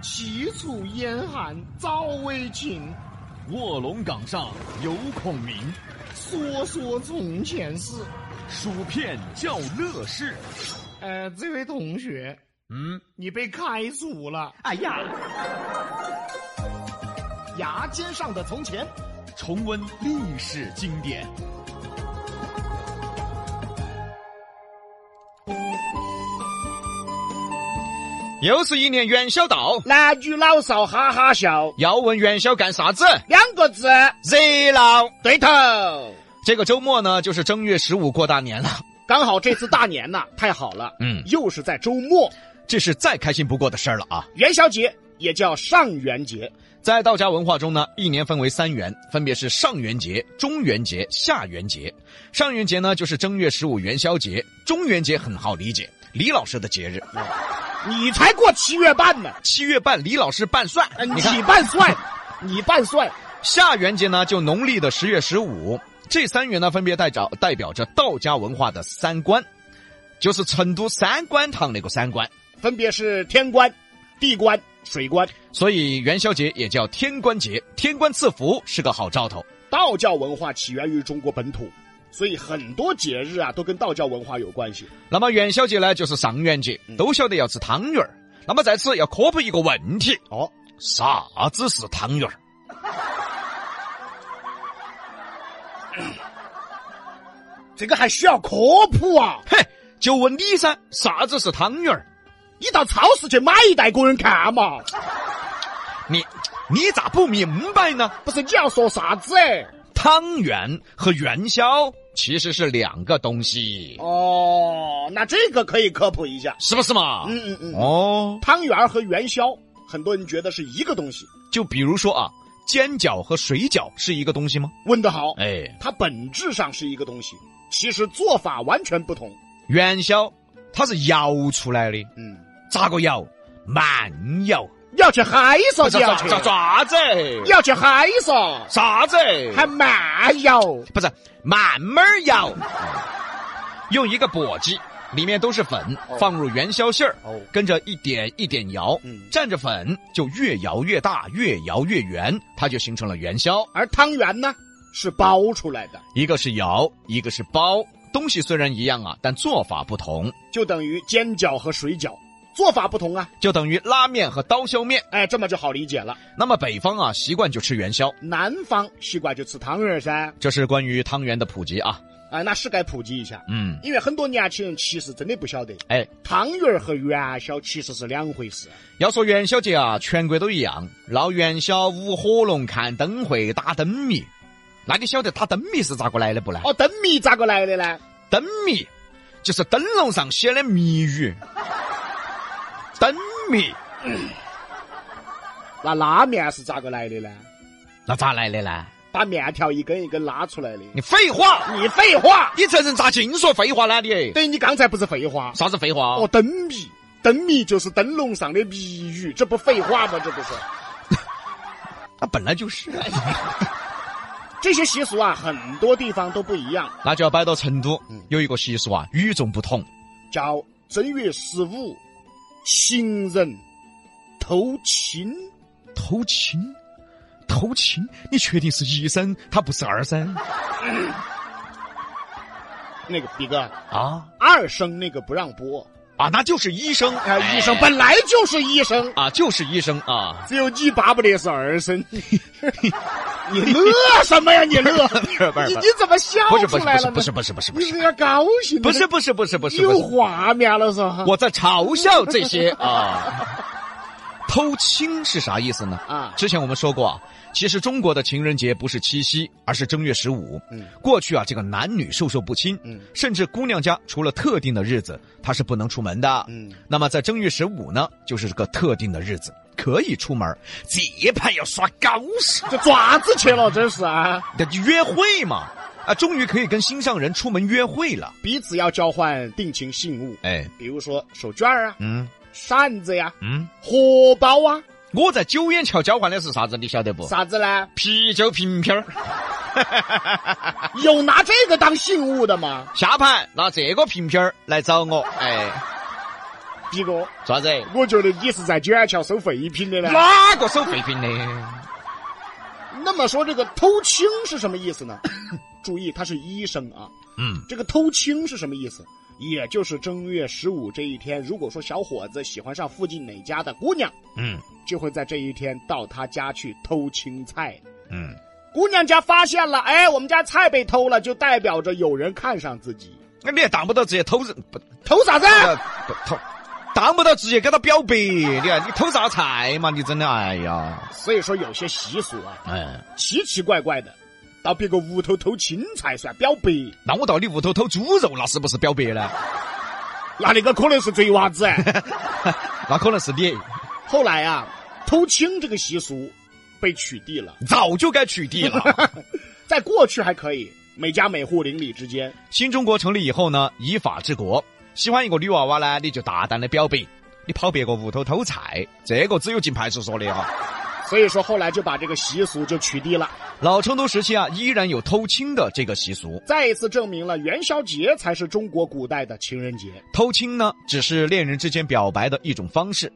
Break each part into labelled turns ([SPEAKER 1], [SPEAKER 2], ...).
[SPEAKER 1] 齐楚燕韩早为秦。
[SPEAKER 2] 卧龙岗上有孔明，
[SPEAKER 1] 说说从前事。
[SPEAKER 2] 薯片叫乐事。
[SPEAKER 1] 呃，这位同学，
[SPEAKER 2] 嗯，
[SPEAKER 1] 你被开除了。
[SPEAKER 3] 哎呀，牙尖上的从前，
[SPEAKER 2] 重温历史经典。
[SPEAKER 4] 又是一年元宵到，
[SPEAKER 1] 男女老少哈哈笑，
[SPEAKER 4] 要问元宵干啥子？
[SPEAKER 1] 两个字，
[SPEAKER 4] 热闹。
[SPEAKER 1] 对头。
[SPEAKER 4] 这个周末呢，就是正月十五过大年了，
[SPEAKER 1] 刚好这次大年呐、太好了，
[SPEAKER 4] 嗯
[SPEAKER 1] 又是在周末，
[SPEAKER 4] 这是再开心不过的事儿了啊！
[SPEAKER 1] 元宵节也叫上元节。
[SPEAKER 4] 在道家文化中呢，一年分为三元，分别是上元节、中元节、下元节。上元节呢，就是正月十五元宵节；中元节很好理解，李老师的节日。
[SPEAKER 1] 你才过七月半呢，
[SPEAKER 4] 七月半，李老师半蒜。
[SPEAKER 1] 呃
[SPEAKER 4] 哎你
[SPEAKER 1] 你
[SPEAKER 4] 看，
[SPEAKER 1] 半蒜，你半蒜，
[SPEAKER 4] 下元节呢，就农历的十月十五。这三元呢，分别代表代表着道家文化的三观，就是成都三观堂那个三观。
[SPEAKER 1] 分别是天官、地官、水官。
[SPEAKER 4] 所以元宵节也叫天官节，天官赐福是个好兆头。
[SPEAKER 1] 道教文化起源于中国本土，所以很多节日啊都跟道教文化有关系。
[SPEAKER 4] 那么元宵节呢，就是上元节，都晓得要吃汤圆儿。那么在此要科普一个问题：
[SPEAKER 1] 哦，
[SPEAKER 4] 啥子是汤圆儿？
[SPEAKER 1] 这个还需要科普啊！
[SPEAKER 4] 嘿，就问你噻，啥子是汤圆儿？
[SPEAKER 1] 你到超市去买一袋给人看嘛。
[SPEAKER 4] 你你咋不明白呢？
[SPEAKER 1] 不是你要说啥子？
[SPEAKER 4] 汤圆和元宵其实是两个东西，
[SPEAKER 1] 哦，那这个可以科普一下。
[SPEAKER 4] 是不是嘛？
[SPEAKER 1] 嗯嗯嗯，
[SPEAKER 4] 哦，
[SPEAKER 1] 汤圆儿和元宵，很多人觉得是一个东西。
[SPEAKER 4] 就比如说啊，煎饺和水饺是一个东西吗？
[SPEAKER 1] 问得好，
[SPEAKER 4] 哎，
[SPEAKER 1] 它本质上是一个东西，其实做法完全不同。
[SPEAKER 4] 元宵它是摇出来的，
[SPEAKER 1] 嗯，
[SPEAKER 4] 咋个摇？慢摇，
[SPEAKER 1] 要去嗨嗦，你要
[SPEAKER 4] 咋
[SPEAKER 1] 去，
[SPEAKER 4] 咋咋子？
[SPEAKER 1] 你要去嗨嗦，
[SPEAKER 4] 啥子？
[SPEAKER 1] 还慢哟。
[SPEAKER 4] 不是慢慢儿摇，用一个簸箕，里面都是粉，放入元宵馅儿，
[SPEAKER 1] 哦
[SPEAKER 4] 跟着一点一点摇，
[SPEAKER 1] 嗯
[SPEAKER 4] 蘸着粉就越摇越大，越摇越圆，它就形成了元宵。
[SPEAKER 1] 而汤圆呢，是包出来的，
[SPEAKER 4] 一个是摇，一个是包，东西虽然一样啊，但做法不同，
[SPEAKER 1] 就等于煎饺和水饺，做法不同啊。
[SPEAKER 4] 就等于拉面和刀削面。
[SPEAKER 1] 哎，这么就好理解了。
[SPEAKER 4] 那么北方啊，习惯就吃元宵，
[SPEAKER 1] 南方习惯就吃汤圆儿噻，
[SPEAKER 4] 这是关于汤圆的普及啊。
[SPEAKER 1] 哎，那是该普及一下。
[SPEAKER 4] 嗯，
[SPEAKER 1] 因为很多年轻人其实真的不晓得，
[SPEAKER 4] 哎，
[SPEAKER 1] 汤圆儿和元宵其实是两回事。
[SPEAKER 4] 要说元宵节啊，全国都一样，闹元宵、舞火龙、看灯会、打灯谜。那你晓得打灯谜是咋个来的不呢？
[SPEAKER 1] 哦，灯谜咋个来的呢？
[SPEAKER 4] 灯谜就是灯笼上写的谜语。 灯谜
[SPEAKER 1] 那拉面是咋个来的呢？
[SPEAKER 4] 那咋来的呢？
[SPEAKER 1] 把面条一根一根拉出来的。
[SPEAKER 4] 你废话，
[SPEAKER 1] 你废话，
[SPEAKER 4] 你这人咋净说废话呢？你
[SPEAKER 1] 对你刚才不是废话？
[SPEAKER 4] 啥子废话？
[SPEAKER 1] 哦，灯谜，灯谜就是灯笼上的谜语，这不废话吗？这不是。
[SPEAKER 4] 那本来就是，
[SPEAKER 1] 这些习俗啊，很多地方都不一样，
[SPEAKER 4] 那就要摆到成都
[SPEAKER 1] 嗯
[SPEAKER 4] 有一个习俗啊，与众不同。
[SPEAKER 1] 叫正月十五，行人偷亲。
[SPEAKER 4] 偷亲，偷亲，你确定是一三，他不是 二三
[SPEAKER 1] 那个比哥，
[SPEAKER 4] 啊？
[SPEAKER 1] 二声那个不让播
[SPEAKER 4] 啊，那就是医生
[SPEAKER 1] 啊，医
[SPEAKER 4] 哎
[SPEAKER 1] 生本来就是医生，
[SPEAKER 4] 啊，就是医生啊。
[SPEAKER 1] 只有你巴不得是二声。你乐什么呀？你 乐？
[SPEAKER 4] 是不是
[SPEAKER 1] 你你怎么笑
[SPEAKER 4] 不是
[SPEAKER 1] 出
[SPEAKER 4] 不
[SPEAKER 1] 来了
[SPEAKER 4] 是
[SPEAKER 1] 呢？
[SPEAKER 4] 不是不是不是不
[SPEAKER 1] 你
[SPEAKER 4] 是
[SPEAKER 1] 是要高兴的？
[SPEAKER 4] 不是不是不是不是不是
[SPEAKER 1] 有
[SPEAKER 4] 不是，
[SPEAKER 1] 画面了是吧？
[SPEAKER 4] 我在嘲笑这些啊。偷亲是啥意思呢？
[SPEAKER 1] 啊
[SPEAKER 4] 之前我们说过啊，其实中国的情人节不是七夕，而是正月十五。
[SPEAKER 1] 嗯
[SPEAKER 4] 过去啊，这个男女授受不亲，
[SPEAKER 1] 嗯
[SPEAKER 4] 甚至姑娘家除了特定的日子，她是不能出门的。
[SPEAKER 1] 嗯
[SPEAKER 4] 那么在正月十五呢，就是这个特定的日子，可以出门。这盘要耍高手，
[SPEAKER 1] 这爪子去了，真是啊！
[SPEAKER 4] 那就约会嘛，啊，终于可以跟心上人出门约会了。
[SPEAKER 1] 彼此要交换定情信物，
[SPEAKER 4] 哎，
[SPEAKER 1] 比如说手绢儿啊、
[SPEAKER 4] 嗯
[SPEAKER 1] 扇子呀、
[SPEAKER 4] 嗯，
[SPEAKER 1] 荷包啊，
[SPEAKER 4] 我在九眼桥交换的是啥子？你晓得不？
[SPEAKER 1] 啥子呢？
[SPEAKER 4] 啤酒瓶瓶儿，
[SPEAKER 1] 有拿这个当信物的吗？
[SPEAKER 4] 下盘拿这个瓶瓶儿来找我。哎，
[SPEAKER 1] 逼哥，
[SPEAKER 4] 啥子？
[SPEAKER 1] 我觉得你是在九眼桥收废品的呢。
[SPEAKER 4] 哪个收废品的？
[SPEAKER 1] 那么说这个偷青是什么意思呢？ 注意，他是医生啊。
[SPEAKER 4] 嗯，
[SPEAKER 1] 这个偷青是什么意思？也就是正月十五这一天，如果说小伙子喜欢上附近哪家的姑娘，
[SPEAKER 4] 嗯
[SPEAKER 1] 就会在这一天到他家去偷青菜。
[SPEAKER 4] 嗯，
[SPEAKER 1] 姑娘家发现了，哎，我们家菜被偷了，就代表着有人看上自己。
[SPEAKER 4] 那你也当不到直接偷人，不
[SPEAKER 1] 偷啥子？
[SPEAKER 4] 呃不偷，当不到直接给他表白。你看你偷啥菜嘛？你真的，哎呀，
[SPEAKER 1] 所以说有些习俗啊，
[SPEAKER 4] 哎，
[SPEAKER 1] 奇奇怪怪的，到别个屋头偷青菜算表白，
[SPEAKER 4] 那我到你屋头偷猪肉，那是不是表白呢？
[SPEAKER 1] 那那个可能是贼娃子哎。
[SPEAKER 4] 那可能是你
[SPEAKER 1] 后来啊，偷青这个习俗被取缔了，
[SPEAKER 4] 早就该取缔了。
[SPEAKER 1] 在过去还可以，每家每户邻里之间，
[SPEAKER 4] 新中国成立以后呢，依法治国。喜欢一个女娃娃呢，你就大胆的表白，你跑别个屋头偷菜，这个只有进派出所的啊 哈。
[SPEAKER 1] 所以说后来就把这个习俗就取缔了。
[SPEAKER 4] 老成都时期啊，依然有偷亲的这个习俗。
[SPEAKER 1] 再一次证明了元宵节才是中国古代的情人节。
[SPEAKER 4] 偷亲呢，只是恋人之间表白的一种方式，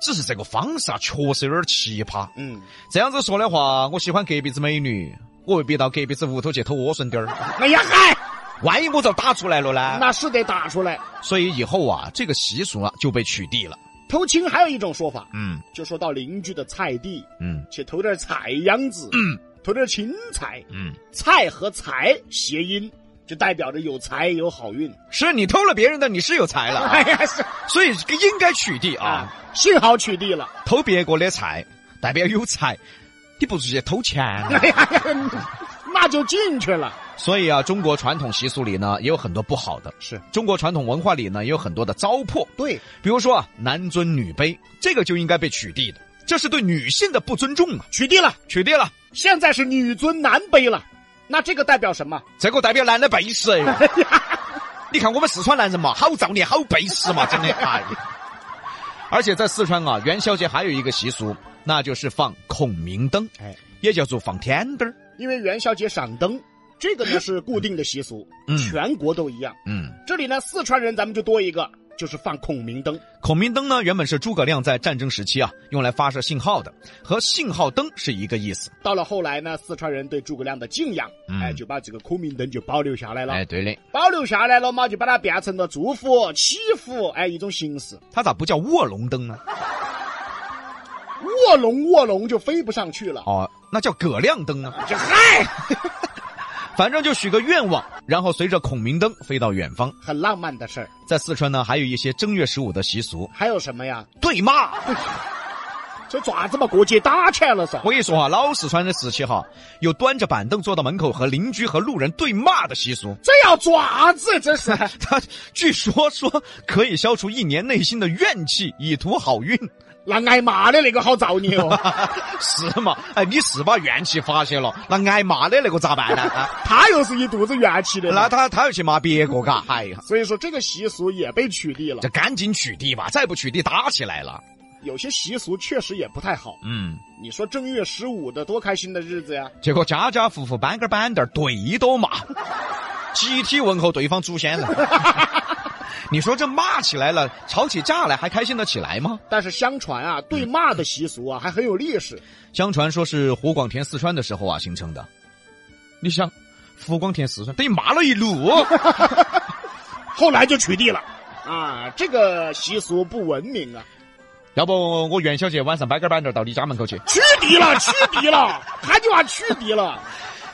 [SPEAKER 4] 只是这个方式啊，确实有点奇葩。
[SPEAKER 1] 嗯，
[SPEAKER 4] 这样子说的话，我喜欢隔壁子美女，我未必到隔壁子屋头去偷莴笋丁 儿，
[SPEAKER 1] 哎呀嗨，
[SPEAKER 4] 万一我遭打出来了呢？
[SPEAKER 1] 那是得打出来。
[SPEAKER 4] 所以以后啊，这个习俗啊就被取缔了。
[SPEAKER 1] 偷青还有一种说法，
[SPEAKER 4] 嗯
[SPEAKER 1] 就说到邻居的菜地
[SPEAKER 4] 嗯
[SPEAKER 1] 去偷点菜秧子，嗯，偷点青菜，
[SPEAKER 4] 嗯，
[SPEAKER 1] 菜和财谐音，就代表着有财有好运。
[SPEAKER 4] 是你偷了别人的，你是有才了啊。
[SPEAKER 1] 哎呀是
[SPEAKER 4] 所以这个应该取缔啊，
[SPEAKER 1] 啊，幸好取缔了。
[SPEAKER 4] 偷别个的菜代表有才，你不直接偷钱啊、
[SPEAKER 1] 哎呀呀，那就进去了。
[SPEAKER 4] 所以啊，中国传统习俗里呢也有很多不好的，
[SPEAKER 1] 是
[SPEAKER 4] 中国传统文化里呢也有很多的糟粕，
[SPEAKER 1] 对，
[SPEAKER 4] 比如说啊男尊女卑，这个就应该被取缔的，这是对女性的不尊重啊，
[SPEAKER 1] 取缔了。
[SPEAKER 4] 取缔了，
[SPEAKER 1] 现在是女尊男卑了，那这个代表什么？
[SPEAKER 4] 这个代表男的背时。你看我们四川男人嘛，好造孽，好背时嘛，真的哎。而且在四川啊，元宵节还有一个习俗，那就是放孔明灯，
[SPEAKER 1] 哎，
[SPEAKER 4] 也叫做放天灯儿。
[SPEAKER 1] 因为元宵节赏灯，这个呢是固定的习俗，
[SPEAKER 4] 嗯
[SPEAKER 1] 全国都一样。
[SPEAKER 4] 嗯。
[SPEAKER 1] 这里呢，四川人咱们就多一个，就是放孔明灯。
[SPEAKER 4] 孔明灯呢，原本是诸葛亮在战争时期啊用来发射信号的，和信号灯是一个意思。
[SPEAKER 1] 到了后来呢，四川人对诸葛亮的敬仰，
[SPEAKER 4] 嗯
[SPEAKER 1] 哎，就把这个孔明灯就保留下来了。
[SPEAKER 4] 哎，对嘞，
[SPEAKER 1] 保留下来了嘛，就把它变成了祝福、祈福，哎，一种形式。
[SPEAKER 4] 它咋不叫卧龙灯呢？
[SPEAKER 1] 卧龙卧龙就飞不上去了。
[SPEAKER 4] 哦，那叫葛亮灯啊。
[SPEAKER 1] 这嗨，
[SPEAKER 4] 反正就许个愿望，然后随着孔明灯飞到远方。
[SPEAKER 1] 很浪漫的事儿。
[SPEAKER 4] 在四川呢，还有一些正月十五的习俗，
[SPEAKER 1] 还有什么呀？
[SPEAKER 4] 对骂。
[SPEAKER 1] 这爪子嘛，过节打起来了噻。
[SPEAKER 4] 我跟你说啊，老四川的时期哈，有端着板凳坐到门口和邻居和路人对骂的习俗。
[SPEAKER 1] 这要爪子，这是
[SPEAKER 4] 他据说说可以消除一年内心的怨气，以图好运。
[SPEAKER 1] 那挨骂的那个好造孽哦。
[SPEAKER 4] 是嘛？哎，你是把怨气发泄了，那挨骂的那个咋办呢？ 啊
[SPEAKER 1] 他又是一肚子怨气的人。
[SPEAKER 4] 那他他要去骂别个嘎？哎呀，
[SPEAKER 1] 所以说这个习俗也被取缔了
[SPEAKER 4] 这。赶紧取缔吧，再不取缔打起来了。
[SPEAKER 1] 有些习俗确实也不太好。
[SPEAKER 4] 嗯，
[SPEAKER 1] 你说正月十五的多开心的日子呀！
[SPEAKER 4] 结果家家户户搬个板凳儿对都骂，集体问候对方祖先了。 你说这骂起来了，吵起架来还开心得起来吗？
[SPEAKER 1] 但是相传啊，对骂的习俗啊还很有历史。
[SPEAKER 4] 相传说是湖广填四川的时候啊形成的。你想，湖广填四川等于骂了一路。哦
[SPEAKER 1] 后来就取缔了。啊，这个习俗不文明啊！
[SPEAKER 4] 要不我元宵节晚上搬个板凳儿到你家门口去。
[SPEAKER 1] 取缔 了，取缔了，喊你娃取缔了！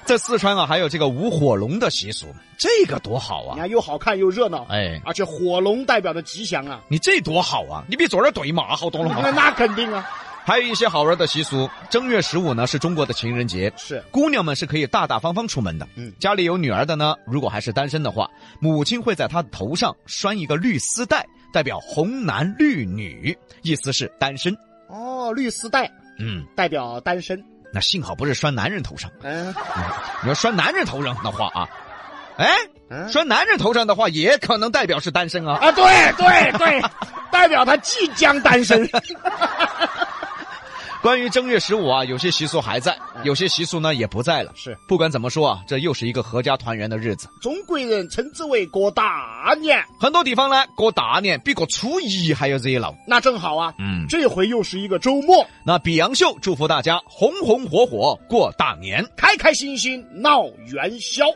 [SPEAKER 4] 在四川啊，还有这个舞火龙的习俗，这个多好
[SPEAKER 1] 你
[SPEAKER 4] 啊！
[SPEAKER 1] 看又好看又热闹，
[SPEAKER 4] 哎，
[SPEAKER 1] 而且火龙代表着吉祥啊！
[SPEAKER 4] 你这多好啊！你比昨儿对骂好多了
[SPEAKER 1] 那
[SPEAKER 4] 嘛。
[SPEAKER 1] 那肯定啊，
[SPEAKER 4] 还有一些好玩的习俗，正月十五呢是中国的情人节，
[SPEAKER 1] 是
[SPEAKER 4] 姑娘们是可以大大方方出门的。
[SPEAKER 1] 嗯
[SPEAKER 4] 家里有女儿的呢，如果还是单身的话，母亲会在她的头上拴一个绿丝带，代表红男绿女，意思是单身。
[SPEAKER 1] 哦，绿丝带
[SPEAKER 4] 嗯，
[SPEAKER 1] 代表单身，
[SPEAKER 4] 那幸好不是拴男人头上，
[SPEAKER 1] 嗯
[SPEAKER 4] 你要拴男人头上的话啊，哎，
[SPEAKER 1] 嗯
[SPEAKER 4] 拴男人头上的话也可能代表是单身啊。
[SPEAKER 1] 啊， 对对对，代表他即将单身。
[SPEAKER 4] 关于正月十五啊，有些习俗还在，有些习俗呢也不在了。
[SPEAKER 1] 是
[SPEAKER 4] 不管怎么说啊，这又是一个合家团圆的日子。
[SPEAKER 1] 中国人称之为过大年，
[SPEAKER 4] 很多地方呢，过大年比过初一还要热闹。
[SPEAKER 1] 那正好啊。
[SPEAKER 4] 嗯，
[SPEAKER 1] 这回又是一个周末，
[SPEAKER 4] 那比洋秀祝福大家红红火火过大年。
[SPEAKER 1] 开开心心闹元宵。